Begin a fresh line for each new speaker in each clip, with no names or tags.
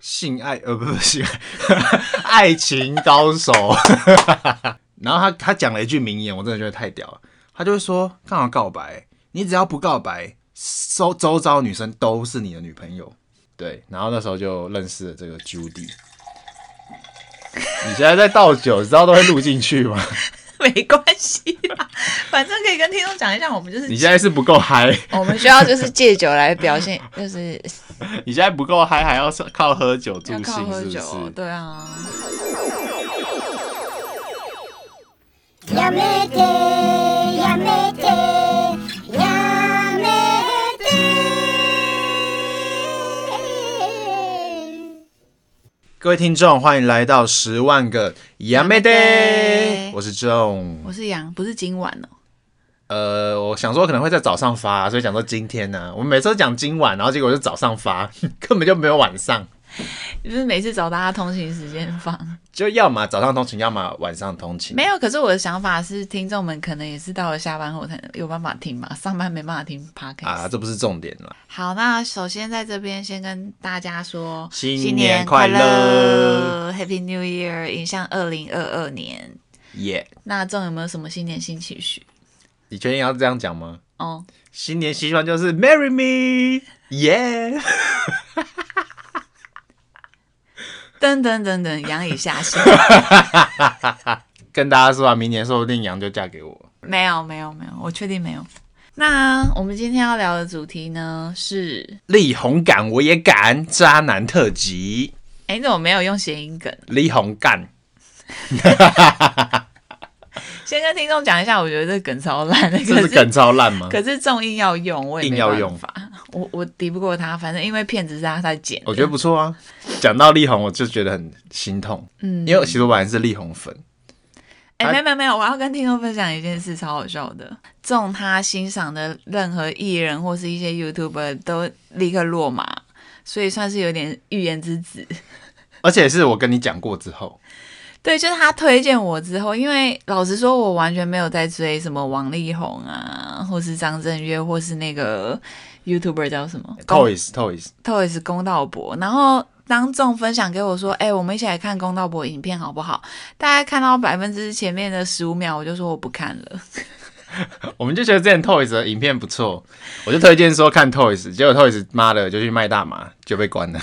性爱呃不是性爱， 爱情高手。 然后他他讲了一句名言，我真的觉得太屌了。他就会说，干嘛告白？你只要不告白，周周遭女生都是你的女朋友。对，然后那时候就认识了这个 Judy。你现在在倒酒，知道都会录进去 吗？
没关系啦， 反正可以跟听众讲一下，我们就是
你现在是不够嗨，
我们需要就是戒酒来表现， 就是
你现在不够嗨，还要靠喝酒助
要
兴，
靠喝
是不
酒，
是？
对啊。
やめてやめてやめて
各位听众，欢迎来到十万个亚美 day，
Yamete
我是 John。
我是羊，不是今晚哦。
呃，我想说可能会在早上发，所以讲说今天呢、我们每次都讲今晚，然后结果就早上发， 根本就没有晚上，
就是每次找大家通勤时间放，
就要么早上通勤，要么晚上通勤。
没有。可是我的想法是，听众们可能也是到了下班后才能有办法听嘛，上班没办法听 podcast。
啊，这不是重点啦。
好，那首先在这边先跟大家说
新年
年
快乐
乐，Happy New Year，迎向二零二二年。
耶、
那仲有没有什么新年新期许？
你确定要这样讲吗？
哦，
新年希望就是 marry me，耶、
噔噔噔噔，杨以下 线。
跟大家说啊，明年说不定羊就嫁给我。
没有，没有，没有，我确定没有。那我们今天要聊的主题呢是，
力宏敢我也敢，渣男特辑，
哎，你怎么没有用谐音梗？
力宏干。
先跟听众讲一下，我觉得这梗超烂的，
这
可
是
是
梗超烂吗？
可是重硬要用，我也
硬
没
要
办
用
法，我我敌不过他。反正因为骗子是他在剪的，
我觉得不错啊。讲到力宏，我就觉得很心痛，
嗯
因为其实我本来是力宏粉，
哎、
他
没有没有没有，我要跟听众分享一件事，超好笑的。中他欣赏的任何艺人或是一些 YouTuber 都立刻落马，所以算是有点预言之子。
而且是我跟你讲过之后，
对，就是他推荐我之后，因为老实说，我完全没有在追什么王力宏啊，或是张震岳，或是那个 YouTuber 叫什么
Toys Toys，
Toys 公道博，然后当众分享给我说：“哎、我们一起来看公道博影片好不好？”大概看到百分之前面的十五秒，我就说我不看了。
我们就觉得之前 Toys 的影片不错，我就推荐说看 Toys，结果 Toys 妈的就去卖大麻，就被关了。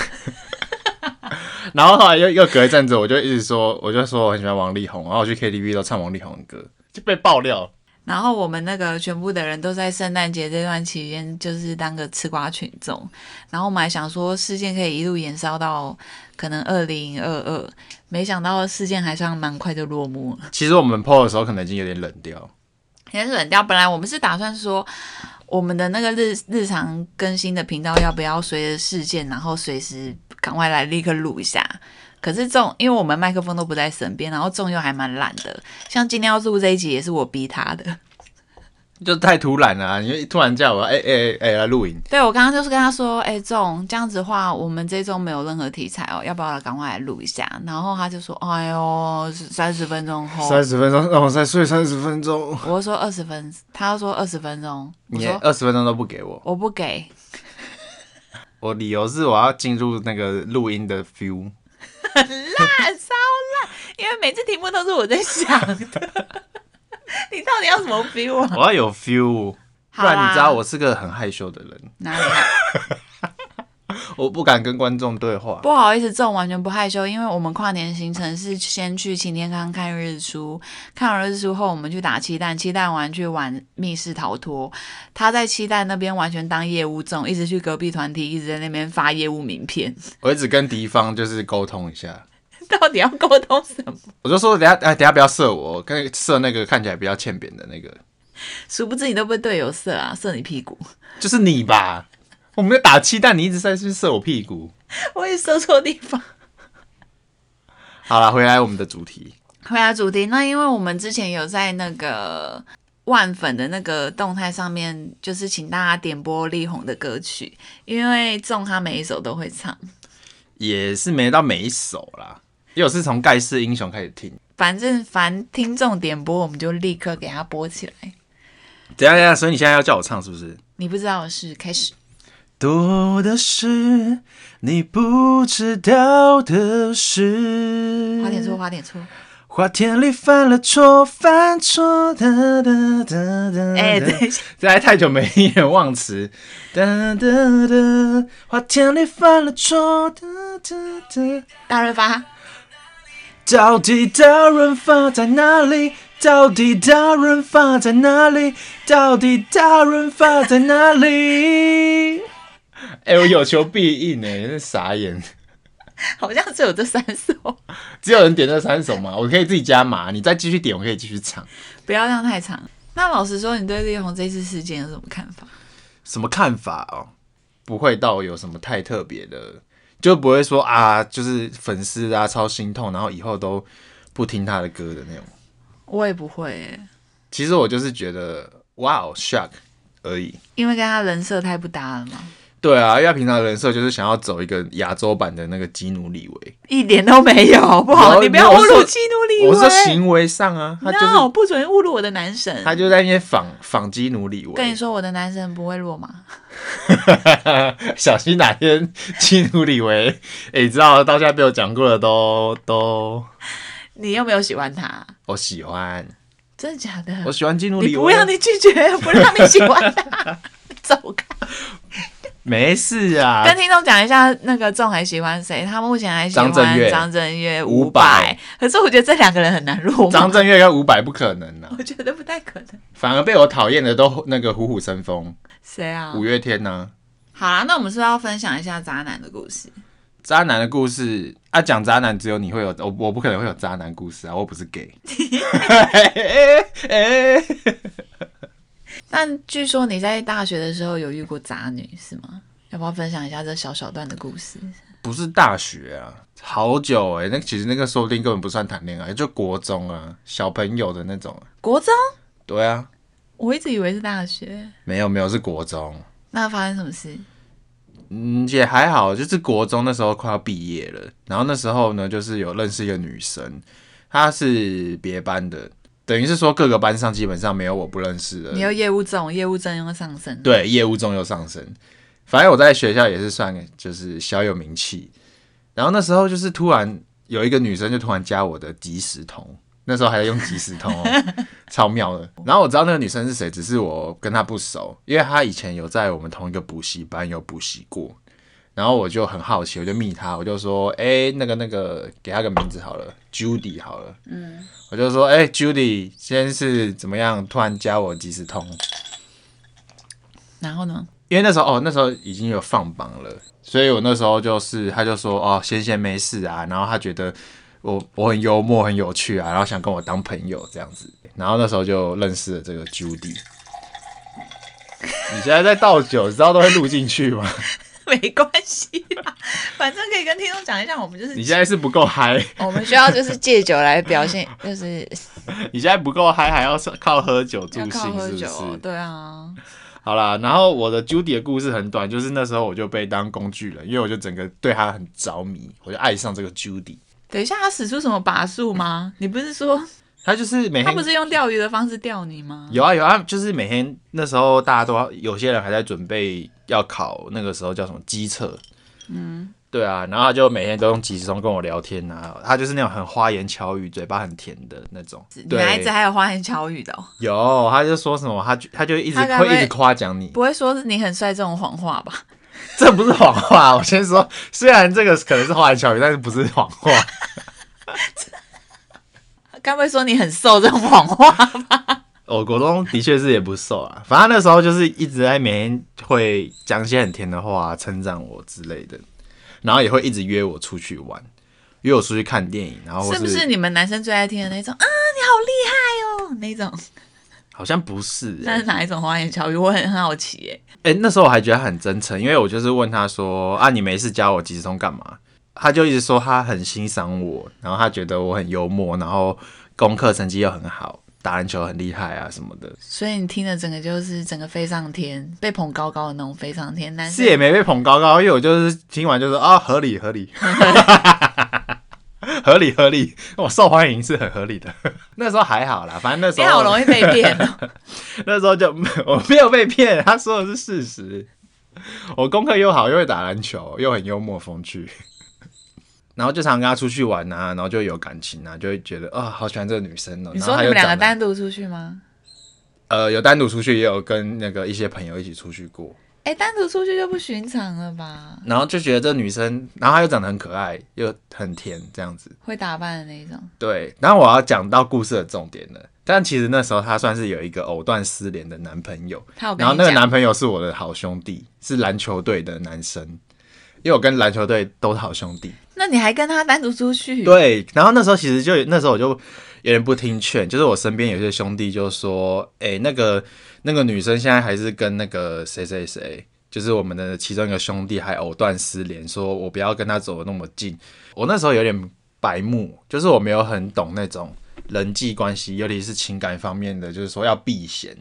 然后后来又又隔一阵子，我就一直说，我就说我很喜欢王力宏，然后我去 KTV 都唱王力宏的歌，就被爆料。
然后我们那个全部的人都在圣诞节这段期间，就是当个吃瓜群众。然后我们还想说，事件可以一路延烧到可能二零二二，没想到事件还算蛮快就落幕了，
其实我们 PO 的时候可能已经有点冷掉，
也是冷掉。本来我们是打算说，我们的那个日日常更新的频道要不要随着事件，然后随时赶快来立刻录一下。可是仲，因为我们麦克风都不在身边，然后仲又还蛮懒的，像今天要录这一集也是我逼他的。
就太突然了、啊，你就突然叫我哎哎哎来录影，
对，我刚刚就是跟他说，哎、这种这样子的话，我们这周没有任何题材哦，要不要赶快来录一下？然后他就说，哎呦，三十分钟后，
三十分钟让我再睡三十分钟。
我就说二十分，他就说二十分钟，我
你
说
二十分钟都不给我，
我不给，
我理由是我要进入那个录音的 feel。
烂烧啊烂，因为每次题目都是我在想的， 你到底要什么逼我？
我要有 feel，不
好啦
然你知道我是个很害羞的人，
哪里害？
我不敢跟观众对话。
不好意思，这种完全不害羞，因为我们跨年行程是先去擎天岗看日出，看完日出后我们去打七蛋，七蛋完去玩密室逃脱。他在七蛋那边完全当业务中，一直去隔壁团体，一直在那边发业务名片，
我一直跟敌方就是沟通一下，
到底要沟通什么？
我就说等下哎等下不要射我，跟射那个看起来比较欠扁的那个，
殊不知你都被队友射啊，射你屁股，
就是你吧？我没有打气弹，你一直在去射我屁股。
我也射错地方。
好了，回来我们的主题，
回来主题，那因为我们之前有在那个万粉的那个动态上面，就是请大家点播力宏的歌曲，因为中他每一首都会唱。
也是没到每一首啦，因为我是从盖世英雄开始听。
反正凡听众点播，我们就立刻给他播起来。
等一下等一下，所以你现在要叫我唱是不是？
你不知道的事，开始。
多的是你不知道的事。
花点
嗯
错，花点错。
花田里犯了错，犯错的的的的。
哎等一下
这还太久没演忘词。哒哒哒，花田里犯了错，哒哒哒。
大润发，
到底大润发在哪里？到底大润发在哪里？到底大润发在哪里？哎、我有求必应哎、真是傻眼。
好像只有这三首，
只有人点这三首吗？我可以自己加码，你再继续点，我可以继续唱。
不要让太长。那老实说，你对力宏这次事件有什么看法？
什么看法哦？不会到有什么太特别的，就不会说啊，就是粉丝啊超心痛，然后以后都不听他的歌的那种。
我也不会耶、
其实我就是觉得哇哦 shock 而已。
因为跟他人设太不搭了嘛，
对啊，因为他平常的人设就是想要走一个亚洲版的那个基努里维，
一点都没有，好不好？
有
你不要
我
侮辱
是
基努里维，
我是说行为上啊，他就是
no，不准侮辱我的男神。
他就在那边仿仿基努里维。
跟你说，我的男神不会落马。
小心哪天基努里维，哎、你知道到现在被我讲过的都都
你又没有喜欢他，
我喜欢，
真的假的？
我喜欢基努
你
里维。
不要你拒绝，不让你喜欢 他，走开。
没事啊，
跟听众讲一下，那个仲还喜欢谁？他目前还喜欢
张震岳
张震岳、
伍
伍佰。可是我觉得这两个人很难入嘛，
张震岳跟伍佰不可能啊，
我觉得不太可能。
反而被我讨厌的都那个虎虎生风，
谁啊？
五月天呢、
好啦，那我们是不是要分享一下渣男的故事？
渣男的故事啊，讲渣男只有你会有，我我不可能会有渣男故事啊，我不是 gay。哎哎哎
但据说你在大学的时候有遇过渣女是吗？要不要分享一下这小小段的故事？
不是大学啊，好久哎、那其实那个说不定根本不算谈恋爱，就国中啊，小朋友的那种啊。
国中，
对啊，
我一直以为是大学，
没有没有是国中，
那发生什么事？
嗯，也还好，就是国中那时候快要毕业了，然后那时候呢，就是有认识一个女生，她是别班的，等于是说各个班上基本上没有我不认识的。
你又业务重，业务症又上升。
对，业务中又上升。反正我在学校也是算就是小有名气。然后那时候就是突然有一个女生就突然加我的即时通，那时候还在用即时通、 哦，超妙的。然后我知道那个女生是谁，只是我跟她不熟，因为她以前有在我们同一个补习班有补习过。然后我就很好奇，我就密她，我就说，哎、那个那个，给她个名字好了，Judy 好了。嗯，我就说，哎、j u d y 今天是怎么样？突然加我即时通，
然后呢？
因为那时候哦，那时候已经有放榜了，所以我那时候就是他就说哦，闲闲没事啊，然后他觉得我我很幽默很有趣啊，然后想跟我当朋友这样子，然后那时候就认识了这个 Judy。你现在在倒酒，你知道都会录进去 吗？
没关系啦，反正可以跟听众讲一下，我们就是
你现在是不够嗨，
我们需要就是戒酒来表现，就是
你现在不够嗨，还要靠喝酒助
要靠
兴，
喝
是不
酒，
是？
对啊，
好啦，然后我的 Judy 的故事很短，就是那时候我就被当工具人，因为我就整个对他很着迷，我就爱上这个 Judy。
等一下，他使出什么把术吗？你不是说
他就是每
他
天
不是用钓鱼的方式钓你吗？
有啊有啊，就是每天那时候大家都要，有些人还在准备要考那个时候叫什么机测，嗯，对啊，然后他就每天都用即时通跟我聊天啊，他就是那种很花言巧语、嘴巴很甜的那种，
女孩
对
子，还有花言巧语的、哦，
有他就说什么，他就他就一直
他该不
会
会
一直夸奖你，
不会说是你很帅这种谎话吧？
这不是谎话，我先说，虽然这个可能是花言巧语，但是不是谎话，
该不会说你很瘦这种谎话？
我哦国中的确是也不瘦啊，反正那时候就是一直在每天会讲一些很甜的话、啊称赞我之类的，然后也会一直约我出去玩，约我出去看电影，然后或
是不是你们男生最爱听的那种啊？你好厉害哦，那种？
好像不是、欸，
那是哪一种花言巧语？我很很好奇耶。
哎、那时候我还觉得他很真诚，因为我就是问他说啊，你没事加我即时通干嘛？他就一直说他很欣赏我，然后他觉得我很幽默，然后功课成绩又很好，打篮球很厉害啊什么的，
所以你听的整个就是整个飞上天，被捧高高的那种飞上天。男
是
生
也没被捧高高，因为我就是听完就是啊，合理合理， 合理合理，我受欢迎是很合理的。 那时候还好啦，反正那时
你好
候
容易被骗哦。
那时候就我没有被骗，他说的是事实。我功课又好，又会打篮球，又很幽默风趣，然后就常跟她出去玩啊，然后就有感情啊，就会觉得啊、好喜欢这个女生哦。
你
然后
说
她
你
又
们两个
长得
单独出去吗？
呃有单独出去，也有跟那个一些朋友一起出去过，
哎，单独出去就不寻常了吧？
然后就觉得这女生，然后她又长得很可爱，又很甜，这样子。
会打扮的那一种，
对，然后我要讲到故事的重点了。但其实那时候她算是有一个藕断丝连的男朋友，
他有跟
然后
你
那个
讲
男朋友是我的好兄弟，是篮球队的男生，因为我跟篮球队都是好兄弟。
那你还跟他单独出去？，
对，然后那时候其实就有那时候我就有点不听劝，就是我身边有些兄弟就说：“哎、那个那个女生现在还是跟那个谁谁谁，就是我们的其中一个兄弟还藕断丝连，说我不要跟他走的那么近。”我那时候有点白目，就是我没有很懂那种人际关系，尤其是情感方面的，就是说要避嫌。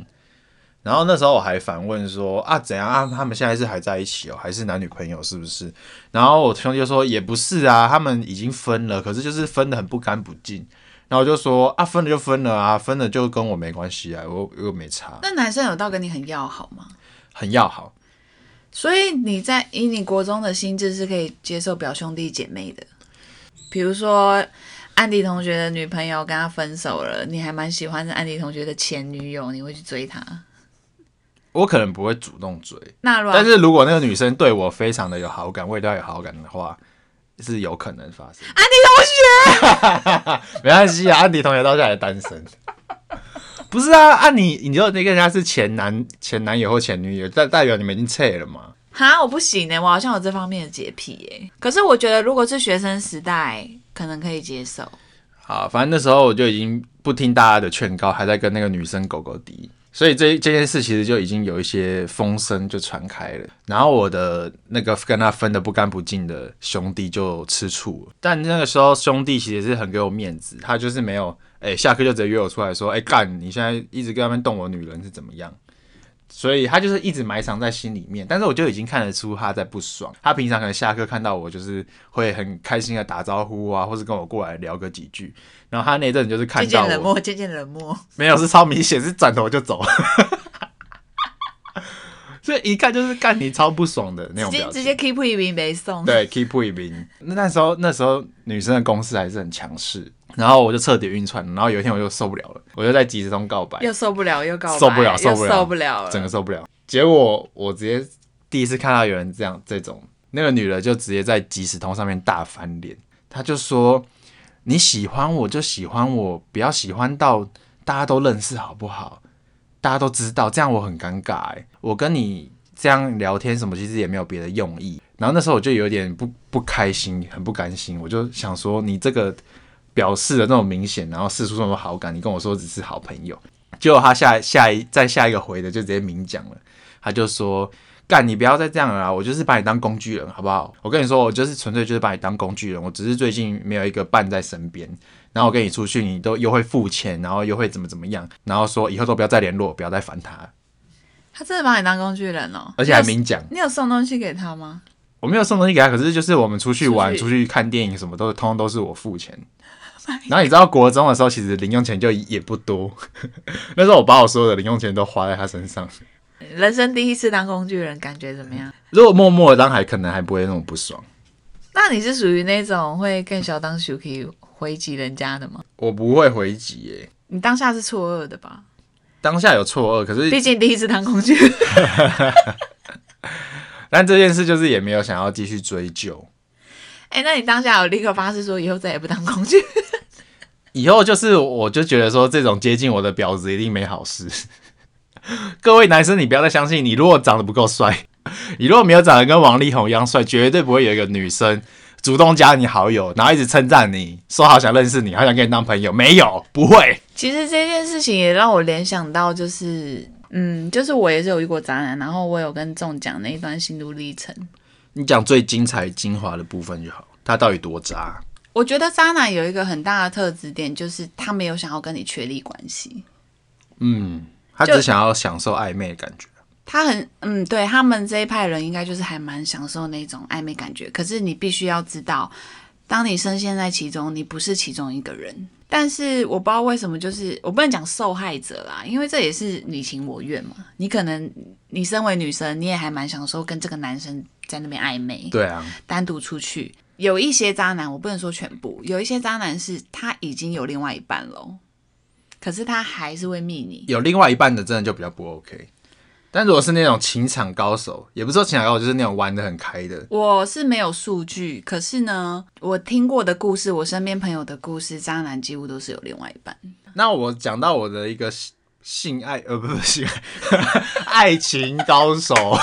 然后那时候我还反问说啊，怎样啊？他们现在是还在一起哦，还是男女朋友是不是？然后我兄弟就说也不是啊，他们已经分了，可是就是分的很不干不净。然后我就说啊，分了就分了啊，分了就跟我没关系啊，我我又没差，
那男生有到跟你很要好吗？
很要好。
所以你在以你国中的心智是可以接受表兄弟姐妹的，比如说安迪同学的女朋友跟他分手了，你还蛮喜欢安迪同学的前女友，你会去追她。
我可能不会主动追，
那如果
但是如果那个女生对我非常的有好感，我也对她有好感的话，是有可能发生。
安迪
没关系啊，安迪同学到现在还单身。不是啊，按、你，你就那个人家是前男前男友或前女友，代代表你们已经撤了嘛？
同学，哈，我不行欸呢、我好像有这方面的洁癖耶、可是我觉得如果是学生时代，可能可以接受。
好，反正那时候我就已经不听大家的劝告，还在跟那个女生狗狗敌，所以这这件事其实就已经有一些风声就传开了。然后我的那个跟他分的不干不净的兄弟就吃醋了，但那个时候兄弟其实是很给我面子，他就是没有哎、下课就直接约我出来说，哎、干，你现在一直跟他们动我女人是怎么样？所以他就是一直埋藏在心里面，但是我就已经看得出他在不爽。他平常可能下课看到我，就是会很开心的打招呼啊，或是跟我过来聊个几句。然后他那阵就是看
渐
到
渐冷
我，
漠，渐渐冷漠。
没有是超明显，是转头就走，所以一看就是干你超不爽的那
直
种
接
表
直接
情。
keep 一名没送。，
对，keep 一名。那时候那时候女生的攻势还是很强势，然后我就彻底晕船。然后有一天我就受不了了，我就在即时通告白，
又受不了，又告白，
受不了，
又
受不了，
受不了了。
整个受不了。结果我直接第一次看到有人这样这种，那个女的就直接在即时通上面大翻脸，她就说：“你喜欢我就喜欢我，不要喜欢到大家都认识好不好？大家都知道，这样我很尴尬、欸。我跟你这样聊天什么，其实也没有别的用意。”然后那时候我就有点不 不开心，很不甘心，我就想说你这个。表示的那种明显，然后试出那种好感，你跟我说只是好朋友，结果他下下一再下一个回的就直接明讲了，他就说：“干，你不要再这样了啦，我就是把你当工具人，好不好？我跟你说，我就是纯粹就是把你当工具人，我只是最近没有一个伴在身边，然后我跟你出去，你都又会付钱，然后又会怎么怎么样，然后说以后都不要再联络，不要再烦他，
他真的把你当工具人哦，
而且还
你有
明讲，
你有送东西给他吗？
我没有送东西给他，可是就是我们出去玩、
出
出去看电影什么都通通都是我付钱。”然后你知道国中的时候，其实零用钱就也不多，那时候我把我所有的零用钱都花在他身上。
人生第一次当工具人，感觉怎么样？
如果默默的当，还可能还不会那么不爽。
那你是属于那种会更小当小 k 回击人家的吗？
我不会回击耶，
你当下是错愕的吧？
当下有错愕，可
毕
是
竟第一次当工具人，
但这件事就是也没有想要继续追究。
哎、那你当下有立刻发誓说以后再也不当工具人？
以后就是我就觉得说，这种接近我的婊子一定没好事。 各位男生，你不要再相信，你如果长得不够帅， 你如果没有长得跟王力宏一样帅，绝对不会有一个女生主动加你好友，然后一直称赞你，说好想认识你，好想跟你当朋友，没有，不会。
其实这件事情也让我联想到，就是嗯，就是我也是有遇过渣男，然后我有跟中奖那一段心路历程。
你讲最精彩精华的部分就好，他到底多渣？
我觉得渣男有一个很大的特质点，就是他没有想要跟你确立关系。
嗯，他
就
只想要享受暧昧的感觉。
他很嗯，对他们这一派人应该就是还蛮享受那种暧昧感觉，可是你必须要知道，当你深陷在其中，你不是其中一个人。但是我不知道为什么，就是我不能讲受害者啦，因为这也是你情我愿嘛。你可能你身为女生，你也还蛮享受跟这个男生在那边暧昧，
对啊，
单独出去。有一些渣男，我不能说全部，有一些渣男是他已经有另外一半喽，可是他还是会密你。
有另外一半的真的就比较不 OK。但如果是那种情场高手，也不是说情场高手，就是那种玩的很开的，
我是没有数据，可是呢，我听过的故事，我身边朋友的故事，渣男几乎都是有另外一半。
那我讲到我的一个性性爱，呃，不是性爱， 爱情高手，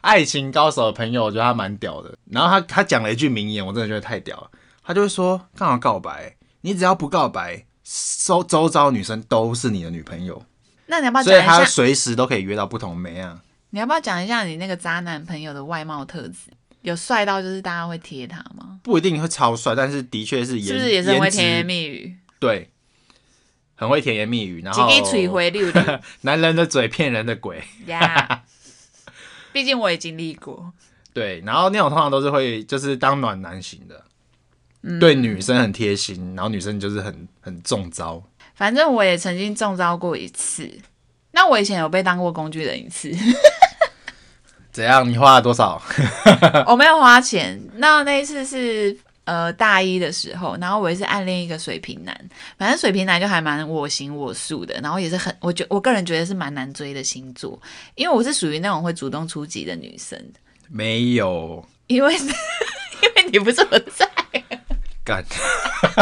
爱情高手的朋友，我觉得他蛮屌的。然后他他讲了一句名言，我真的觉得太屌了。他就会说，干嘛告白？你只要不告白，周周遭女生都是你的女朋友，
那你要不要
所以
讲
他
啊一下？
随时都可以约到不同妹啊。
你要不要讲一下你那个渣男朋友的外貌特质？有帅到就是大家会贴他吗？
不一定会超帅，但是的确是颜
是不是也是很会甜
颜
言
值
蜜语？
对，很会甜言蜜语，然
几
后
滴嘴回六六
男人的嘴骗人的鬼。
呀！ 毕竟我也经历过，
对，然后那种通常都是会就是当暖男型的，
嗯
对女生很贴心，然后女生就是很很中招。
反正我也曾经中招过一次。那我以前有被当过工具人一次，
怎样？你花了多少？
我没有花钱。那那一次是呃大一的时候，然后我也是暗恋一个水瓶男，反正水瓶男就还蛮我行我素的，然后也是很我觉我个人觉得是蛮难追的星座，因为我是属于那种会主动出击的女生，
没有，
因为 因为你不是我的菜，
干，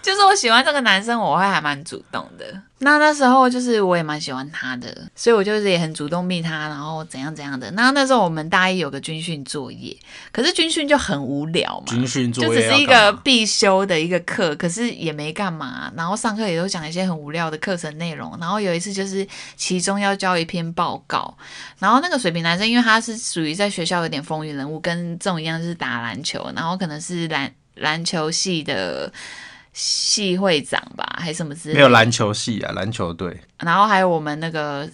就是我喜欢这个男生，我会还蛮主动的。那那时候就是我也蛮喜欢他的，所以我就是也很主动密他，然后怎样怎样的。那那时候我们大一有个军训作业，可是军训就很无聊嘛，
军训作
就
业
只是一
要干
个
嘛
必修的一个课，可是也没干嘛。然后上课也都讲一些很无聊的课程内容。然后有一次就是其中要交一篇报告，然后那个水平男生因为他是属于在学校有点风云人物，跟这种一样就是打篮球，然后可能是篮篮球系的系会长吧，还是什么之类
没
的。
有篮球系啊，篮球队
然后还有我们那个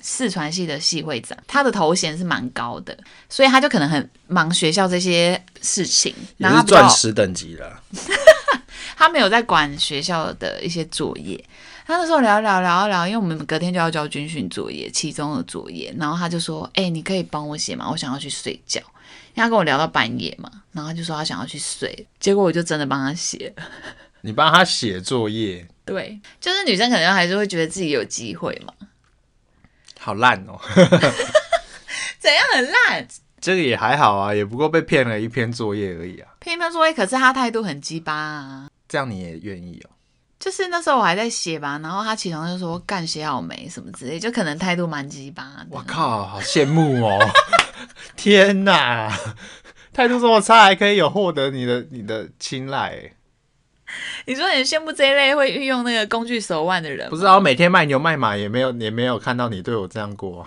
四川系的系会长，他的头衔是蛮高的，所以他就可能很忙学校这些事情，
也
然后
是
他比较
钻石等级了。
他没有在管学校的一些作业。他那时候聊一聊聊一聊，因为我们隔天就要交军训作业，其中的作业，然后他就说：“哎、你可以帮我写吗？我想要去睡觉。”因为他跟我聊到半夜嘛，然后他就说他想要去睡，结果我就真的帮他写了。
你帮他写作业，
对，就是女生可能还是会觉得自己有机会嘛，
好烂哦。
怎样很烂，
这个也还好啊，也不过被骗了一篇作业而已啊。
偏偏作业，可是他态度很鸡巴啊。
这样你也愿意哦？
就是那时候我还在写吧，然后他起床就说干写好没什么之类，就可能态度蛮鸡巴的。
我靠，好羡慕哦！ 天哪，态度这么差，还可以有获得你的你的青睐欸。
你说你羡慕这一类会运用那个工具手腕的人吗？
不知道每天卖牛卖马也没有也没有看到你对我这样过，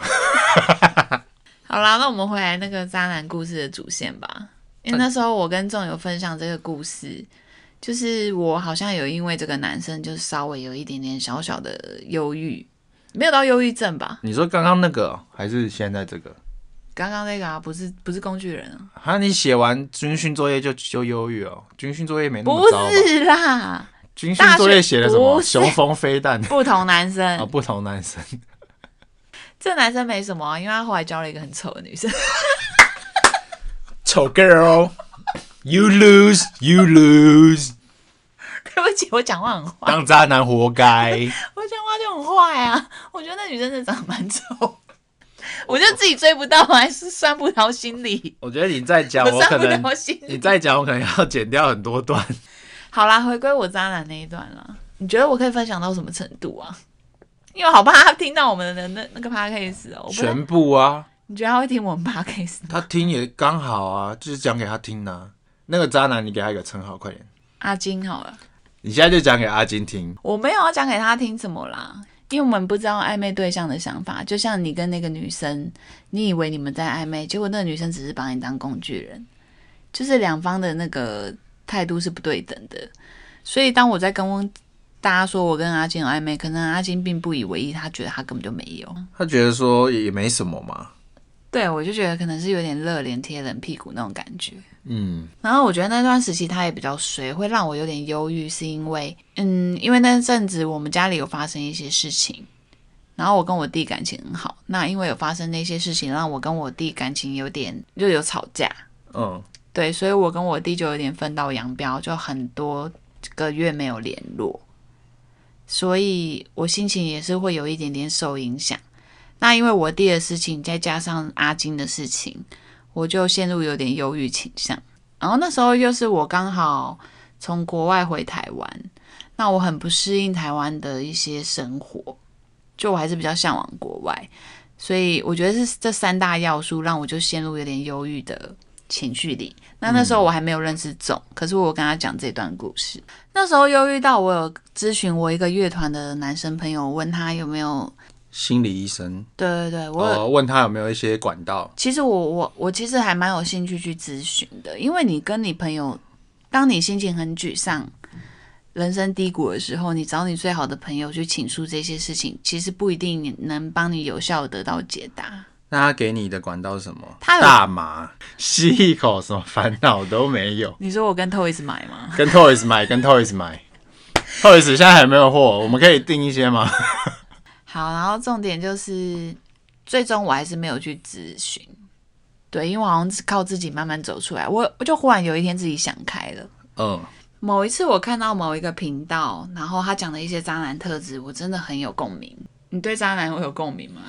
好啦，那我们回来那个渣男故事的主线吧。因为那时候我跟仲友分享这个故事，就是我好像有因为这个男生，就是稍微有一点点小小的忧郁，没有到忧郁症吧。
你说刚刚那个还是现在这个？
刚刚那个啊，不是不是工具人啊，
啊，你写完军训作业就就忧郁哦？军训作业没那
不
么糟吧？
是啦，
军训作业写了什
不
么？
是
雄风飞 弹
不同男
啊，
生。
不同男生。
这男生没什么、啊，因为他后来交了一个很丑的女生。
丑 girl，you lose，you lose，
对不起，我讲话很坏，
当渣男活该。
我讲话就很坏啊！ 我觉得那女生真的长得蛮丑， 我就自己追不到，还是算不到心里，
我觉得你再讲，
我
我可
算不
能
到心
你
里。
再讲，我可能要剪掉很多段。
好啦，回归我渣男那一段啦，你觉得我可以分享到什么程度啊？因为我好怕他听到我们的那那个 podcast 哦，我不知道
全部啊，
你觉得他会听我们 podcast 吗
他听也刚好啊，就是讲给他听的、啊。那个渣男，你给他一个称号，快点。
阿金好了，
你现在就讲给阿金听，
我没有要讲给他听什么啦，因为我们不知道暧昧对象的想法，就像你跟那个女生，你以为你们在暧昧，结果那个女生只是把你当工具人，就是两方的那个态度是不对等的。所以当我在跟大家说我跟阿金有暧昧，可能阿金并不以为意，他觉得他根本就没有。
他觉得说也没什么嘛，
对我就觉得可能是有点热脸贴冷屁股那种感觉。
嗯，
然后我觉得那段时期他也比较衰，会让我有点忧郁，是因为，嗯，因为那阵子我们家里有发生一些事情，然后我跟我弟感情很好，那因为有发生那些事情，让我跟我弟感情有点就有吵架，
嗯，
对，所以我跟我弟就有点分道扬镳，就很多个月没有联络，所以我心情也是会有一点点受影响。那因为我弟的事情，再加上阿金的事情，我就陷入有点忧郁倾向。然后那时候又是我刚好从国外回台湾，那我很不适应台湾的一些生活，就我还是比较向往国外，所以我觉得是这三大要素让我就陷入有点忧郁的情绪里。那那时候我还没有认识总，可是我跟他讲这段故事，那时候忧郁到我有咨询我一个乐团的男生朋友，问他有没有。
心理医生，
对对对，我有
我问他有没有一些管道，
其实我我我其实还蛮有兴趣去咨询的，因为你跟你朋友，当你心情很沮丧、人生低谷的时候，你找你最好的朋友去倾诉这些事情，其实不一定能帮你有效地得到解答。
那他给你的管道是什么？
他有
大麻，吸一口什么烦恼都没有。
你说我跟 Toys 买吗？
跟 Toys 买，跟 Toys 买，Toys 现在还没有货，我们可以订一些吗？
好，然后重点就是，最终我还是没有去咨询，对，因为我好像是靠自己慢慢走出来。我我就忽然有一天自己想开了。
嗯，
某一次我看到某一个频道，然后他讲的一些渣男特质，我真的很有共鸣。你对渣男会有共鸣吗？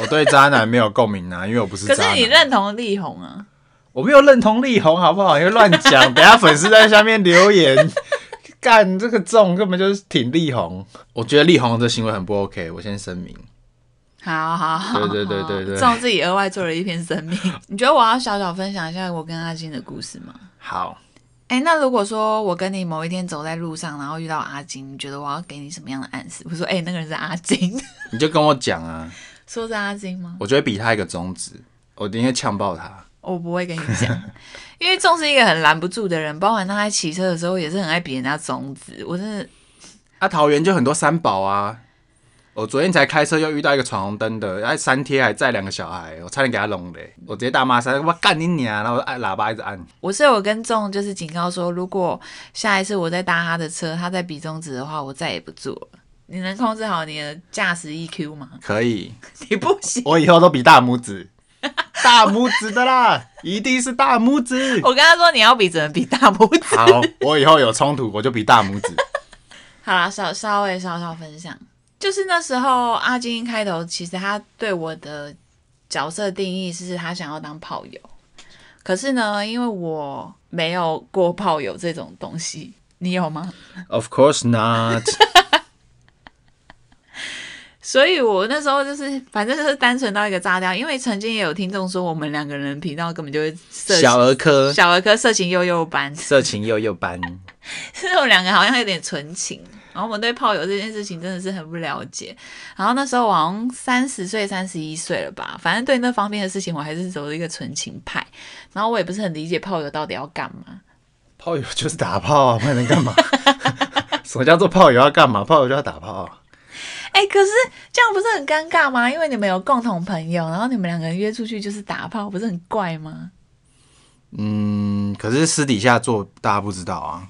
我对渣男没有共鸣啊，因为我不是
可
渣
是
男。
你认同力宏啊？
我没有认同力宏，好不好？你乱讲，等下粉丝在下面留 言。干这个中根本就是挺力宏，我觉得力宏这行为很不 OK，我先声明。
好好好，
对对对对 对
这种自己额外做了一篇声明。你觉得我要小小分享一下我跟阿金的故事吗？
好，
哎，那如果说我跟你某一天走在路上，然后遇到阿金，你觉得我要给你什么样的暗示？我说，哎，那个人是阿金，
你就跟我讲啊，
说是阿金吗？
我就会比他一个中指，我今天呛爆他。
我不会跟你讲， 因为仲是一个很拦不住的人，包含他在骑车的时候也是很爱比人家中指，我真的
啊，桃园就很多三宝啊。我昨天才开车又遇到一个闯红灯的，哎，三贴还载两个小孩，我差点给他弄嘞、我直接大骂三，我干你娘！然后我就按喇叭一直按。
我是有跟众就是警告说，如果下一次我再搭他的车，他再比中指的话，我再也不坐了。你能控制好你的驾驶 EQ 吗？
可以，
你不行。
我以后都比大拇指， 大拇指的啦，一定是大拇指。
我跟他说你要比只能比大拇指。
好， 我以后有冲突我就比大拇指。
好啦，稍稍微稍稍分享，就是那时候阿金一开头其实他对我的角色定义是他想要当炮友，可是呢，因为我没有过炮友这种东西，你有吗？
Of course not 。
所以我那时候就是，反正就是单纯到一个炸掉，因为曾经也有听众说我们两个人频道根本就是色情
小儿科，
小儿科色情幼幼班，
色情幼幼班。
是我们两个好像有点纯情，然后我们对炮友这件事情真的是很不了解。然后那时候我好像三十岁、三十一岁了吧，反正对那方面的事情我还是走一个纯情派，然后我也不是很理解炮友到底要干嘛。
炮友就是打炮啊，不然能干嘛？ 什么叫做炮友要干嘛？炮友就要打炮啊。
哎、可是这样不是很尴尬吗？因为你们有共同朋友，然后你们两个人约出去就是打炮，不是很怪吗？
嗯，可是私底下做大家不知道啊。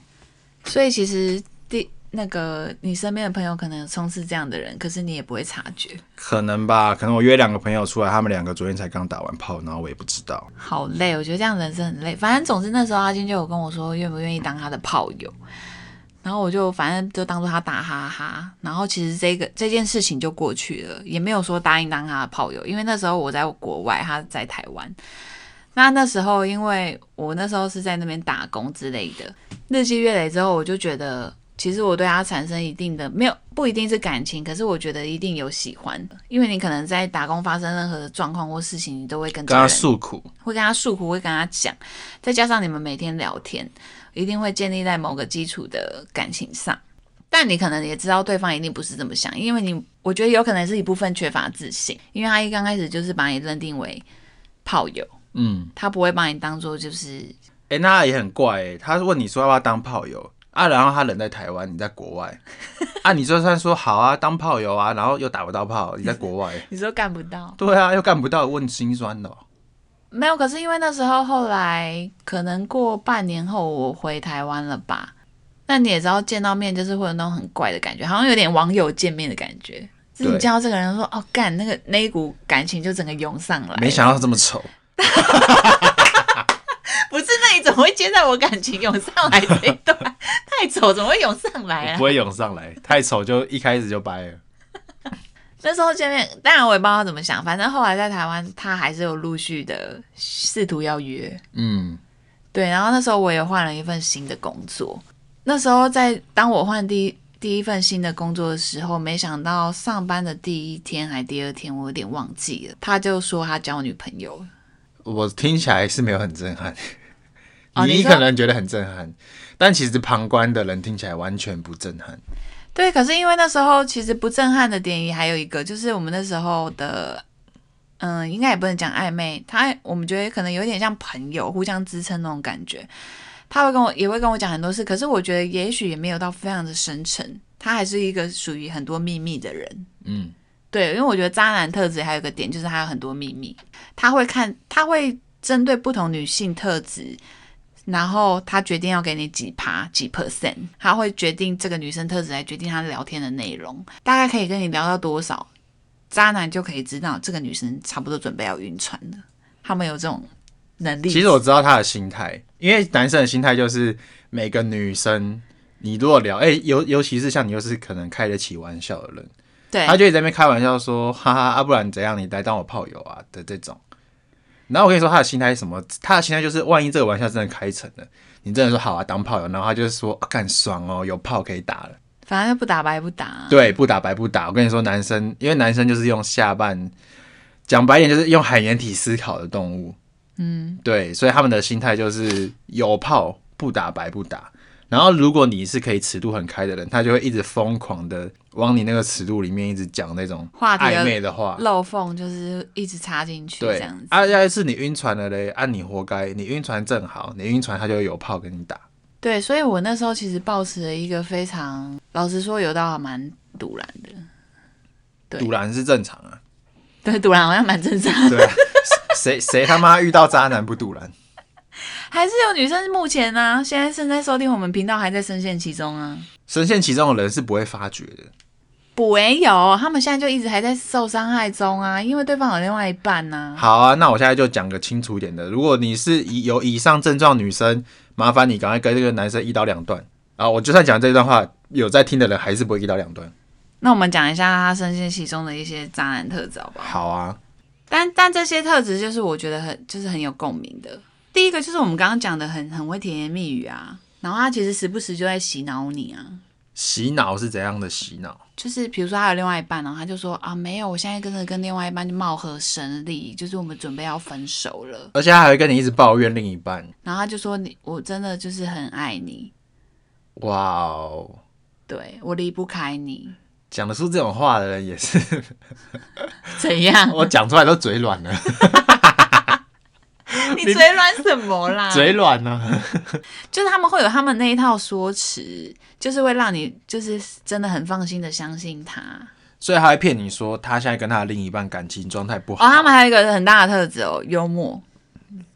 所以其实第那个你身边的朋友可能有充斥这样的人，可是你也不会察觉，
可能吧，可能我约两个朋友出来，他们两个昨天才刚打完炮，然后我也不知道。
好累。我觉得这样人生很累。反正总之那时候阿金就有跟我说愿不愿意当他的炮友，然后我就反正就当做他打哈哈，然后其实这个这件事情就过去了，也没有说答应当他的炮友，因为那时候我在国外，他在台湾。那那时候，因为我那时候是在那边打工之类的，日积月累之后，我就觉得，其实我对他产生一定的没有不一定是感情，可是我觉得一定有喜欢，因为你可能在打工发生任何的状况或事情，你都会
跟
跟这个
他
人
诉苦，
会跟他诉苦，会跟他讲，再加上你们每天聊天，一定会建立在某个基础的感情上。但你可能也知道对方一定不是这么想，因为你我觉得有可能是一部分缺乏自信，因为他一刚开始就是把你认定为炮友，
嗯，
他不会把你当做就是
哎、那他也很怪哎、他问你说要不要当炮友啊，然后他人在台湾，你在国 外啊，你就算说好啊，当 炮友啊，然后又打不到炮，你在国外，
你说干不到，
对啊，又干不到，问心酸的哦、
没有，可是因为那时候后来可能过半年后我回台湾了吧，那你也知道见到面就是会有那种很怪的感觉，好像有点网友见面的感觉。就是你
对
见到这个人说哦干，那个那一股感情就整个涌上来。
没想到这么丑，
不是，那你怎么会接在我感情涌上来这一段？太丑，怎么会涌上来啊
不？会涌上来，太丑就一开始就掰了。
那时候见面，当然我也不知道他怎么想，反正后来在台湾，他还是有陆续的试图要约。
嗯，
对，然后那时候我也换了一份新的工作。那时候在当我换第一第一份新的工作的时候，没想到上班的第一天还第二天，我有点忘记了，他就说他交女朋友了。
我听起来是没有很震撼，
哦你
你
说
可能觉得很震撼，但其实旁观的人听起来完全不震撼。
对，可是因为那时候其实不震撼的点也还有一个，就是我们那时候的，嗯，应该也不能讲暧昧，他我们觉得可能有点像朋友互相支撑那种感觉。他会跟我也会跟我讲很多事，可是我觉得也许也没有到非常的深沉，他还是一个属于很多秘密的人。
嗯，
对，因为我觉得渣男特质还有一个点就是他有很多秘密，他会看，他会针对不同女性特质，然后他决定要给你几趴几 percent，他会决定这个女生特质来决定他聊天的内容，大概可以跟你聊到多少，渣男就可以知道这个女生差不多准备要晕船了，他们有这种能力。
其实我知道他的心态，因为男生的心态就是每个女生，你如果聊，哎、尤尤其是像你又是可能开得起玩笑的人，
对
他就一直在那边开玩笑说，哈哈，啊不然怎样，你来当我炮友啊的这种。然后我跟你说他的心态是什么？他的心态就是，万一这个玩笑真的开成了，你真的说好啊当炮友，然后他就是说，啊干、爽哦，有炮可以打了。
反正不打白不打。啊
对，不打白不打。我跟你说，男生因为男生就是用下半，讲白一点就是用海绵体思考的动物。嗯，对，所以他们的心态就是有炮不打白不打。然后如果你是可以尺度很开的人，他就会一直疯狂的往你那个尺度里面一直讲那种
话题的
暧昧的话。
漏缝就是一直插进去这
对
样子，，
啊，要是你晕船了嘞，啊你活该，你晕船正好，你晕船他就有炮跟你打。
对，所以我那时候其实抱持了一个非常，老实说，有到还蛮堵然的。 对
堵然是正常啊，
对，堵然好像蛮正 常的，
对啊，谁谁他妈遇到渣男不堵然？
还是有女生目前呢、现在正在收听我们频道，还在深陷其中啊。
深陷其中的人是不会发觉的。
不没有，他们现在就一直还在受伤害中啊，因为对方有另外一半呐、
好啊，那我现在就讲个清楚一点的。如果你是以有以上症状的女生，麻烦你赶快跟这个男生一刀两断啊！我就算讲这段话，有在听的人还是不会一刀两断。
那我们讲一下他深陷其中的一些渣男特质好不好？
好啊，
但但这些特质就是我觉得很就是很有共鸣的。第一个就是我们刚刚讲的很很会甜言蜜语啊，然后他其实时不时就在洗脑你啊。
洗脑是怎样的洗脑？
就是比如说他有另外一半，然后他就说啊没有，我现在跟着跟另外一半就貌合神离，就是我们准备要分手了。
而且他还会跟你一直抱怨另一半。
然后他就说你我真的就是很爱你，
哇哦，
对我离不开你，
讲得出这种话的人也是，
怎 样？
我讲出来都嘴软了，
你嘴软什么啦？
嘴软呢、
就是他们会有他们那一套说辞，就是会让你就是真的很放心的相信他。
所以他会骗你说他现在跟他的另一半感情状态不好。
哦，他们还有一个很大的特质哦，幽默。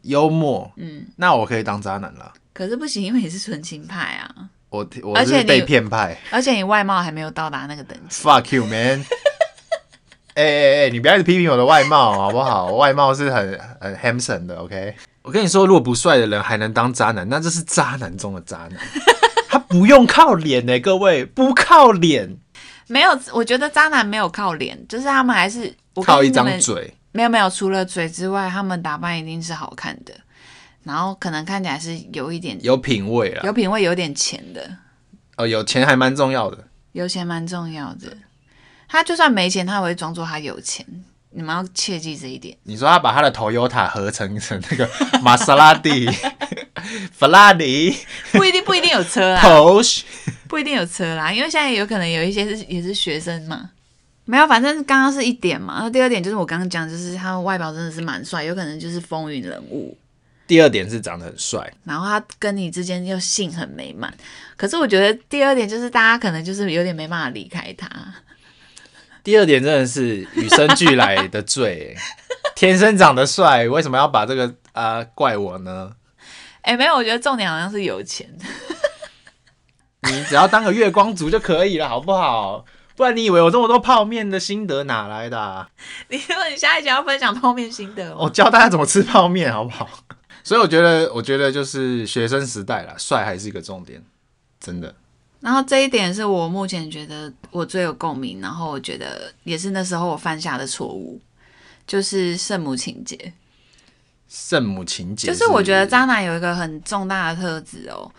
幽默，
嗯，
那我可以当渣男了。
可是不行，因为你是纯情派啊，
我我
而且
是
你
被骗派。
而且你外貌还没有到达那个等级。
Fuck you, man！哎哎哎，你不要一直批评我的外貌好不好？我外貌是很很 handsome 的，OK？我跟你说，如果不帅的人还能当渣男，那这是渣男中的渣 男。他不用靠脸呢、各位不靠脸，
没有，我觉得渣男没有靠脸，就是他们还是我
靠一
跟你
张。
们
嘴。
没有没有，除了嘴之外，他们打扮一定是好看的，然后可能看起来是有一点
有品味啊
有，品味、有点钱的，
哦，有钱还蛮重要的。
有钱蛮重要的。他就算没钱，他也会装作他有钱。你们要切记这一点。
你说他把他的 Toyota 合成成那 个玛莎拉蒂、法拉利、
不一定不一定有车啊啦，
Porsche，
不一定有车啦，因为现在有可能有一些是也是学生嘛。没有，反正刚刚是一点嘛，然后第二点就是我刚刚讲，就是他外表真的是蛮帅，有可能就是风云人物。
第二点是长得很帅，
然后他跟你之间又性很美满。可是我觉得第二点就是大家可能就是有点没办法离开他，
第二点真的是与生俱来的罪、欸。 天生长得帅，为什么要把这个啊、怪我呢？
哎、没有，我觉得重点好像是有钱。
你只要当个月光族就可以了，好不好？不然你以为我这么多泡面的心得哪来的、啊？
你说你下一集要分享泡面心得吗？
我教大家怎么吃泡面，好不好？ 所以我觉得，我觉得就是学生时代啦，帅还是一个重点，真的。
然后这一点是我目前觉得我最有共鸣，然后我觉得也是那时候我犯下的错误，就是圣母情节。
圣母情节
就是我觉得渣男有一个很重大的特质哦，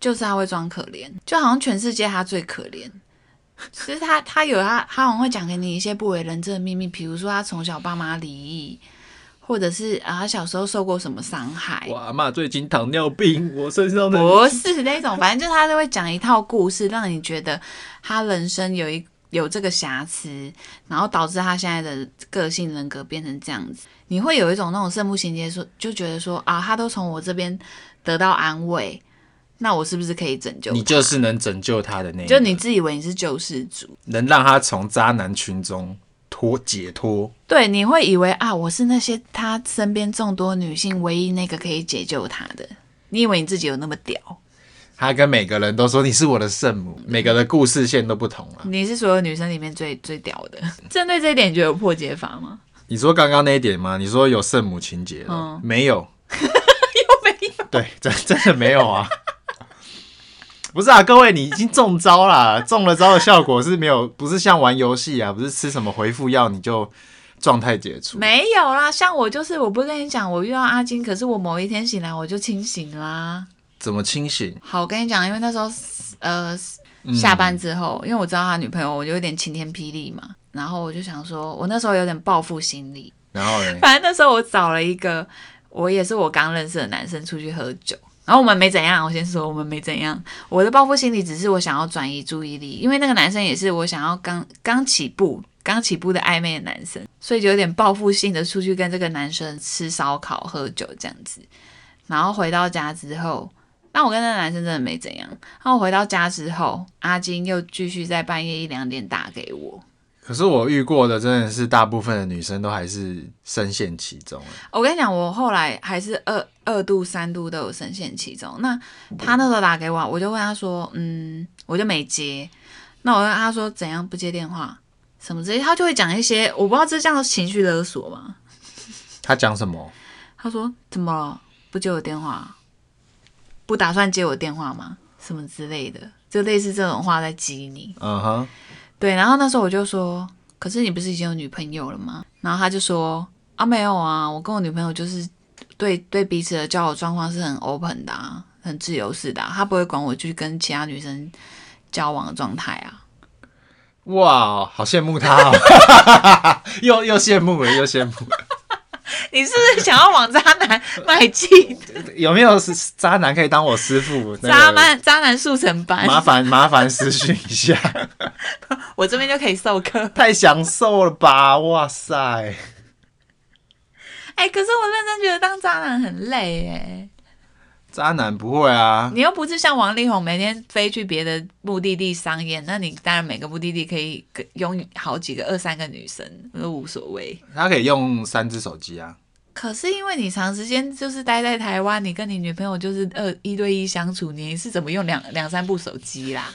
就是他会装可怜，就好像全世界他最可怜。 其实他他有他他好像会讲给你一些不为人知的秘密，比如说他从小爸妈离异，或者是啊他小时候受过什么伤害，
我阿妈最近糖尿病，我身上的
不是那种，反正就是他都会讲一套故事，让你觉得他人生有一有这个瑕疵，然后导致他现在的个性人格变成这样子。你会有一种那种圣母情节，说就觉得说啊，他都从我这边得到安慰，那我是不是可以拯救他？
你就是能拯救他的那一个，
就你自以为你是救世主，
能让他从渣男群中脱解脱。
对，你会以为啊，我是那些他身边众多女性唯一那个可以解救他的。你以为你自己有那么屌？
他跟每个人都说你是我的圣
嗯
母，每个的故事线都不同啊了。
你是所有女生里面最最屌的。针对这一点，你觉得有破解法吗？
你说刚刚那一点吗？你说有圣母情节的、
嗯
没有？
又没有。
对，真真的没有啊。 不是啊，各位，你已经中招啦，中了招的效果是没有，不是像玩游戏啊，不是吃什么回复药你就状态解除。
没有啦，像我就是，我不是跟你讲，我遇到阿金，可是我某一天醒来我就清醒啦。
怎么清醒？
好，我跟你讲，因为那时候呃下班之后，因为我知道他女朋友，我就有点晴天霹雳嘛。然后我就想说，我那时候有点报复心理，
然后呢？
反正那时候我找了一个，我也是我刚认识的男生出去喝酒，然后我们没怎样。我先说我们没怎样，我的报复心理只是我想要转移注意力，因为那个男生也是我想要刚刚起步。刚起步的暧昧的男生，所以就有点报复性的出去跟这个男生吃烧烤、喝酒这样子。然后回到家之后，那我跟那个男生真的没怎样。然后回到家之后，阿金又继续在半夜一两点打给我，
可是我遇过的真的是大部分的女生都还是深陷其中、欸
我跟你讲，我后来还是二二度、三度都有深陷其中。那他那时候打给我，我就问他说：“嗯，我就没接。”那我问他说：“怎样不接电话？什么之类？”他就会讲一些我不知道这叫情绪勒索嘛。
她讲什么？
他说：“怎么了？不接我电话？不打算接我电话吗？什么之类的，就类似这种话在激你。”
嗯哼，
对，然后那时候我就说，可是你不是已经有女朋友了吗？然后他就说啊，没有啊，我跟我女朋友就是对对彼此的交友状况是很 open 的、啊，很自由式的、啊，他不会管我去跟其他女生交往的状态啊。
哇，好羡慕她、哦， 又又羡慕了，又羡慕了。
你是不是想要往渣 男迈进？
有没有是渣男可以当我师傅？那个
渣男渣男速成班，
麻烦麻烦私讯一下，
我这边就可以授课。
太享受了吧！哇塞，
哎、可是我认真觉得当渣男很累哎、
渣男不会啊，
你又不是像王力宏每天飞去别的目的地商演，那你当然每个目的地可以跟拥有好几个二三个女生都无所谓。
他可以用三只手机啊。
可是因为你长时间就是待在台湾，你跟你女朋友就是二一对一相处，你是怎么用两两三部手机啦？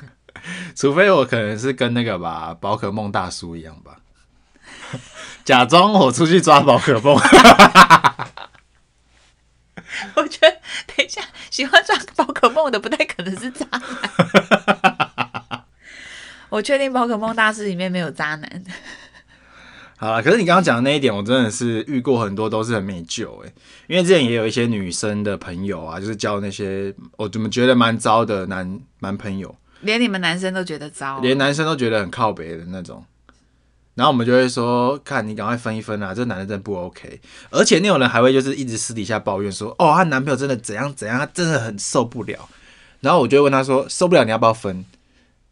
除非我可能是跟那个吧，宝可梦大叔一样吧， 假装我出去抓宝可梦。
我觉得等一下喜欢抓宝可梦的不太可能是渣男。 我确定宝可梦大师里面没有渣男。
好了，可是你刚刚讲的那一点，我真的是遇过很多都是很没救哎、因为之前也有一些女生的朋友啊，就是交那些我怎么觉得蛮糟的男男朋友，
连你们男生都觉得糟，
连男生都觉得很靠北的那种。然后我们就会说，看你赶快分一分啊，这男的真的不 OK。而且那种人还会就是一直私底下抱怨说，哦，她男朋友真的怎样怎样，她真的很受不了。然后我就会问她说，受不了你要不要分？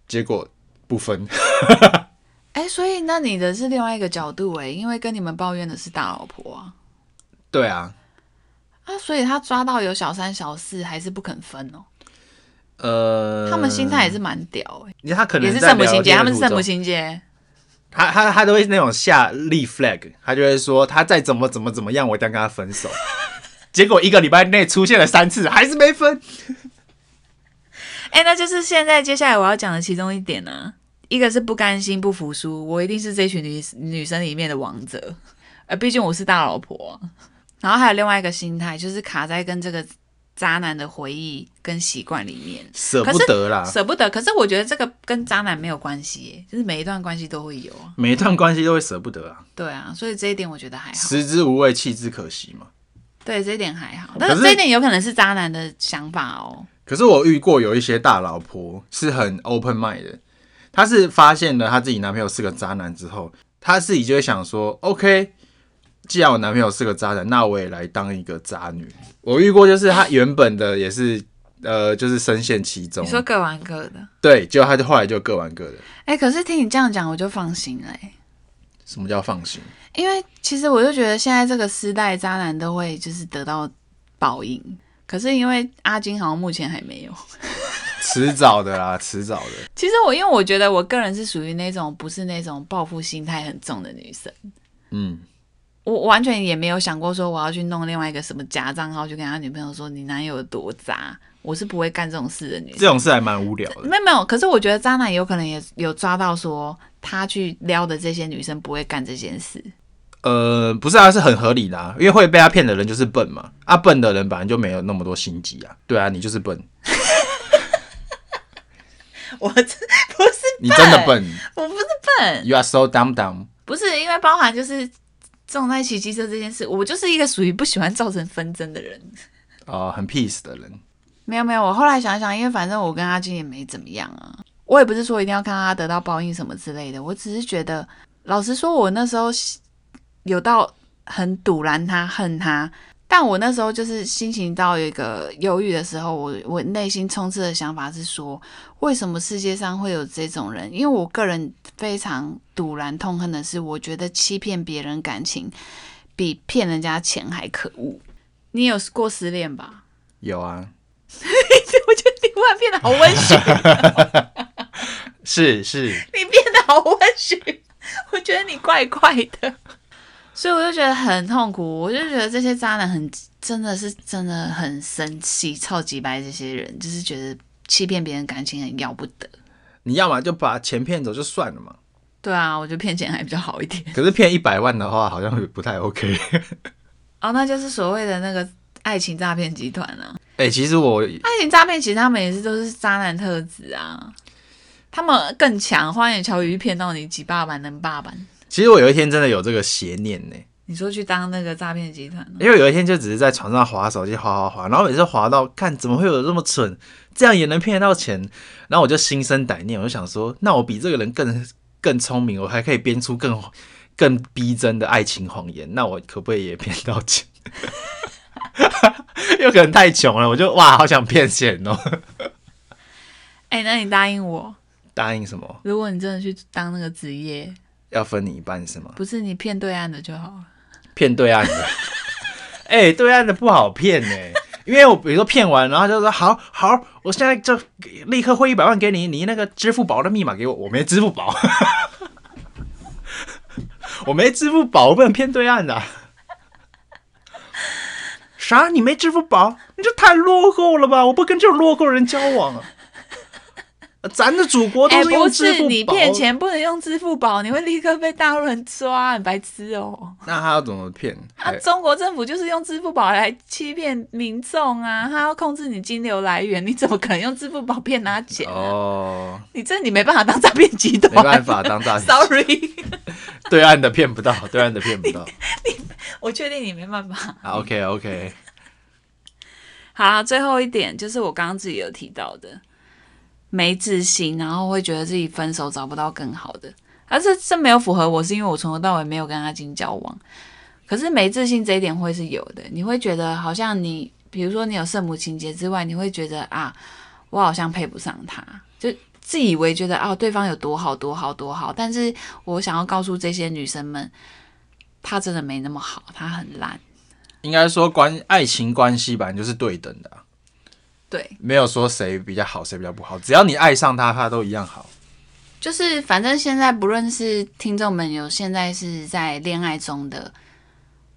结果不分，
哎、所以那你的是另外一个角度哎、因为跟你们抱怨的是大老婆啊，
对啊，
啊，所以他抓到有小三小四还是不肯分哦，
呃，
他们心态也是蛮屌哎、欸
他可能
也是
在
圣母
聊
情节，
天的
他们是
途
圣母
中
情节，
他他他都会那种下立 flag，他就会说他再怎么怎么怎么样，我一定要跟他分 手。结果一个礼拜内出现了三次，还是没分。
哎、那就是现在接下来我要讲的其中一点呢、一个是不甘心、不服输，我一定是这群女女生里面的王者，呃，毕竟我是大老婆。啊然后还有另外一个心态，就是卡在跟这个渣男的回忆跟习惯里面，
舍不得啦，
舍不得。可是我觉得这个跟渣男没有关系耶，就是每一段关系都会有啊。
每一段关系都会舍不得啊，
对啊，所以这一点我觉得还好。
食之无味，弃之可惜嘛。
对，这一点还好。
可
但
是
是这一点有可能是渣男的想法哦。
可是我遇过有一些大老婆是很 open mind 的，她是发现了她自己男朋友是个渣男之后，她自己就会想说，OK，既然我男朋友是个渣男，那我也来当一个渣女。我遇过就是她原本的也是，呃，就是深陷其中啊
你，说各玩各的，
对，结果她就后来就各玩各的。
哎、可是听你这样讲，我就放心了耶、欸
什么叫放心？
因为其实我就觉得现在这个时代，渣男都会就是得到报应。可是因为阿金好像目前还没有。
迟早的啦， 迟早的。
其实我因为我觉得我个人是属于那种不是那种报复心态很重的女生，
嗯，
我完全也没有想过说我要去弄另外一个什么假账号去跟他女朋友说你男友有多渣，我是不会干这种事的女
这
生。
种事还蛮无聊的。
没有没有，可是我觉得渣男有可能也有抓到说他去撩的这些女生不会干这件事。
呃，不是啊，是很合理的、啊，因为会被他骗的人就是笨嘛。啊，笨的人本来就没有那么多心机啊。对啊，你就是笨，
我这不是
你真的笨。
我不是笨，
You are so dumb dumb。
不是因为包含就是重在一起机车这件事，我就是一个属于不喜欢造成纷争的人。
呃，很 peace 的人，
没有没有，我后来想想，因为反正我跟阿金也没怎么样啊，我也不是说一定要看他得到报应什么之类的，我只是觉得，老实说，我那时候喜有到很堵拦他、恨他，但我那时候就是心情到有一个忧郁的时候，我我内心充斥的想法是说，为什么世界上会有这种人？因为我个人非常堵拦痛恨的是，我觉得欺骗别人感情比骗人家钱还可恶。你有过失恋吧？
有啊，
我觉得你突然变得好温驯，
是是，
你变得好温驯，我觉得你怪怪的，所以我就觉得很痛苦，我就觉得这些渣男很真的是真的很生气，超级白这些人就是觉得欺骗别人感情很要不得。
你要么就把钱骗走就算了嘛。
对啊，我觉得骗钱还比较好一点。
可是骗一百万的话，好像也不太 OK。
哦，那就是所谓的那个爱情诈骗集团啊。
哎、其实我
爱情诈骗其实他们也是都是渣男特质啊，他们更强，花言巧语骗到你几霸板能霸板。
其实我有一天真的有这个邪念呢、
你说去当那个诈骗集团、哦？
因为有一天就只是在床上滑手机，滑滑滑，然后每次滑到看怎么会有这么蠢，这样也能骗得到钱，然后我就心生歹念，我就想说，那我比这个人更更聪明，我还可以编出更 更逼真的爱情谎言，那我可不可以也骗到钱？ 因为可能太穷了，我就哇，好想骗钱哦！
哎、那你答应我，
答应什么？
如果你真的去当那个职业，
要分你一半是吗？
不是你骗对岸的就好了。
骗对岸的， 哎、对岸的不好骗呢、因为我比如说骗完，然后就说好好，我现在就立刻汇一百万给你，你那个支付宝的密码给我，我没支付宝， 我没支付宝，我不能骗对岸的、啥？你没支付宝？你这太落后了吧！我不跟这种落后人交往啊！咱的祖国都
哎、
是用
不
支付
是
宝。
你骗钱不能用支付宝，你会立刻被大陆人抓，很白痴哦、
那他要怎么骗？
啊，中国政府就是用支付宝来欺骗民众啊，他要控制你金流来源，你怎么可能用支付宝骗他钱、啊？
哦，
你这你没办法当诈骗集团，
没办法当 诈骗
Sorry，
对岸的骗不到，对岸的骗 不到。
我确定你没办法。
啊，OK OK，
好啦，最后一点就是我刚刚自己有提到的，没自信，然后会觉得自己分手找不到更好的，而这这没有符合我，是因为我从头到尾没有跟阿金交往。可是没自信这一点会是有的，你会觉得好像你，比如说你有圣母情节之外，你会觉得啊，我好像配不上他，就自以为觉得啊对方有多好多好多好，但是我想要告诉这些女生们，他真的没那么好，他很烂，
应该说关爱情关系本来就是对等的啊、
对。
没有说谁比较好，谁比较不好，只要你爱上他，他都一样好。
就是反正现在不论是听众们有现在是在恋爱中的，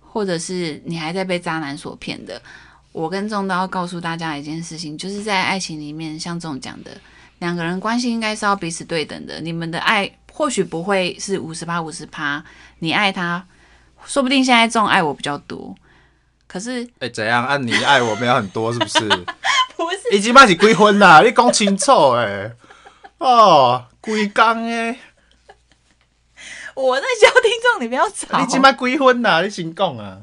或者是你还在被渣男所骗的，我跟众都要告诉大家一件事情，就是在爱情里面，像众讲的，两个人关系应该是要彼此对等的。你们的爱或许不会是五十趴五十趴，你爱他，说不定现在众爱我比较多，可是
哎、怎样？啊，你爱我没有很多是不是？
不 是
已经把是鬼婚啦，你讲清楚哎、哦，鬼工欸诶，
我在教听众，你不要吵。
你今摆鬼婚啦，你先讲啊。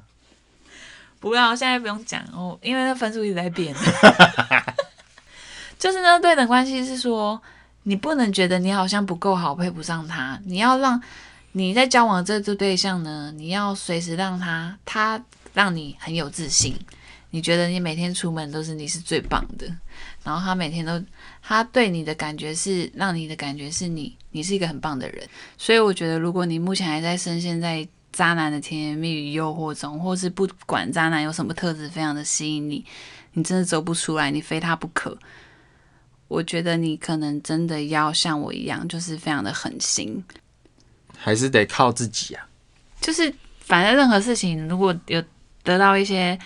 不要，现在不用讲哦，因为那分数一直在变。就是呢，对等关系是说，你不能觉得你好像不够好，配不上他，你要让你在交往这对对象呢，你要随时让他，他让你很有自信。你觉得你每天出门都是你是最棒的，然后他每天都，他对你的感觉是让你的感觉是你，你是一个很棒的人。所以我觉得，如果你目前还在深陷在渣男的甜言蜜语诱惑中，或是不管渣男有什么特质非常的吸引你，你真的走不出来，你非他不可。我觉得你可能真的要像我一样，就是非常的狠心，
还是得靠自己啊。
就是反正任何事情，如果有得到一些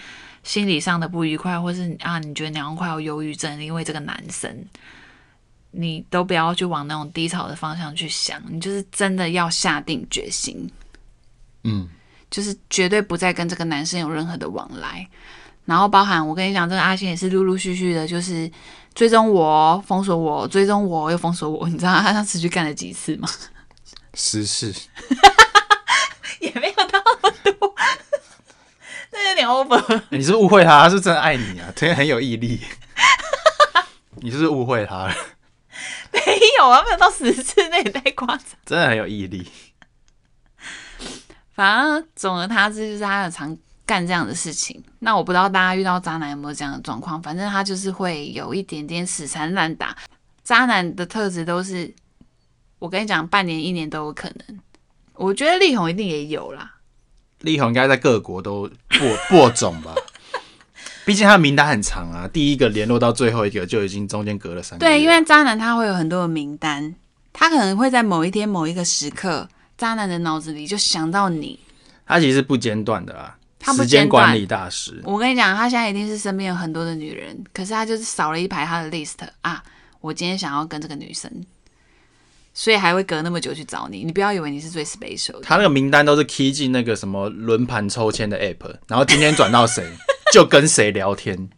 心理上的不愉快，或是啊，你觉得你好像快要忧郁症，因为这个男生，你都不要去往那种低潮的方向去想，你就是真的要下定决心，
嗯，
就是绝对不再跟这个男生有任何的往来。然后包含我跟你讲，这个阿星也是陆陆续续的，就是追踪我哦、封锁我、追踪我又封锁我，你知道他他持续干了几次吗？
实事。
也没有到那么多， 那有点 over。
你是不是误会他，他是真的爱你啊，他很有毅 力。你是不是误会他了，
没有啊，没有到十次，那也太夸张。
真的很有毅力。
反正总而他之，就是他很常干这样的事情。那我不知道大家遇到渣男有没有这样的状况，反正他就是会有一点点死缠烂打。渣男的特质都是，我跟你讲，半年一年都有可能。我觉得力宏一定也有啦，
力宏应该在各国都播播种吧，毕竟他的名单很长啊，第一个联络到最后一个就已经中间隔了三个月。
对，因为渣男他会有很多的名单，他可能会在某一天某一个时刻，渣男的脑子里就想到你。
他其实是不间断的啦，
他不
时
间
间管
断
理大师。
我跟你讲，他现在一定是身边有很多的女人，可是他就是少了一排他的 list 啊。我今天想要跟这个女生，所以还会隔那么久去找你。你不要以为你是最 special 的，
他那个名单都是 key 进那个什么轮盘抽签的 app，然后今天转到谁就跟谁聊天，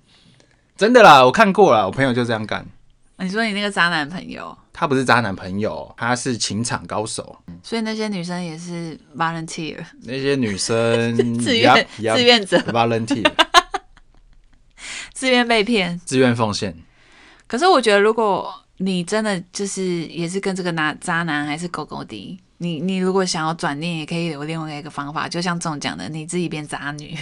真的啦，我看过啦，我朋友就这样干。
你说你那个渣男朋友，
他不是渣男朋友，他是情场高手。
所以那些女生也是 volunteer
那些女生
自愿
yup, yup,
志愿者
volunteer
自愿被骗。
自愿奉献。
可是我觉得，如果你真的就是也是跟这个男渣男还是狗狗的，你你如果想要转念，也可以有另外一个方法，就像中讲的，你自己变渣女，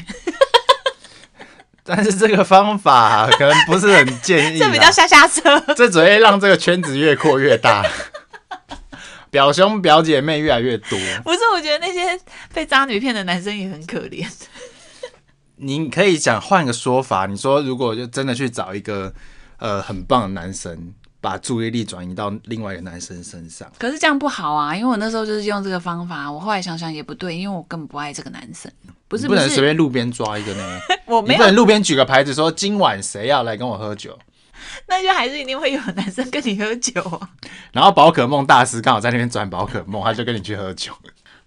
但是这个方法可能不是很建议啦，
这比较下下策。
这只会让这个圈子越扩越大， 表兄表姐妹越来越多。
不是，我觉得那些被渣女骗的男生也很可怜。
你可以讲换个说法，你说如果就真的去找一个呃很棒的男生，把注意力转移到另外一个男生身上，
可是这样不好啊，因为我那时候就是用这个方法，我后来想想也不对，因为我根本不爱这个男生。不
你
是
不能
是，
随便路边抓一个呢。
我
你
没
不
有
能，路边举个牌子说今晚谁要来跟我喝酒，
那就还是一定会有男生跟你喝酒 啊。
然后宝可梦大师刚好在那边转宝可梦，他就跟你去喝酒。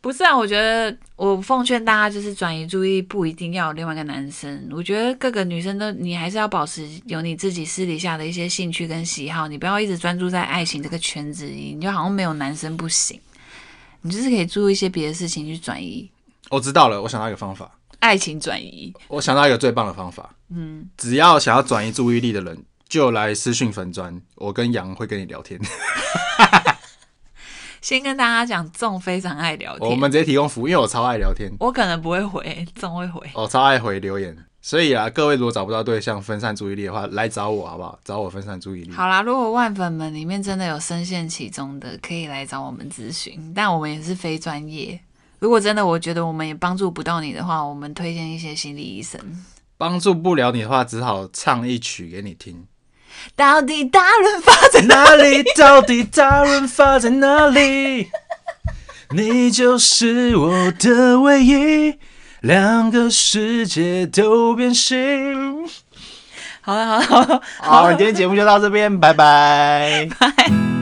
不是啊，我觉得我奉劝大家就是转移注意，不一定要有另外一个男生。我觉得各个女生都，你还是要保持有你自己私底下的一些兴趣跟喜好，你不要一直专注在爱情这个圈子里，你就好像没有男生不行。你就是可以做一些别的事情去转移
我知道了，我想到一个方法，
爱情转移。
我想到一个最棒的方法。嗯，只要想要转移注意力的人，就来私讯粉砖，我跟杨会跟你聊天，
先跟大家讲，仲非常爱聊 天，
我们直接提供服务，因为我超爱聊天，
我可能不会回，仲会回。
我超爱回留言。所以啊，各位如果找不到对象分散注意力的话，来找我好不好？找我分散注意力。
好啦，如果万粉们里面真的有深陷其中的，可以来找我们咨询，但我们也是非专业。如果真的我觉得我们也帮助不到你的话，我们推荐一些心理医生。
帮助不了你的话，只好唱一曲给你听。
到底大润发在哪？
哪里到底大润发在哪里？你就是我的唯一，两个世界都变形。
好了好了好了，
好，今天节目就到这边，拜拜。
拜。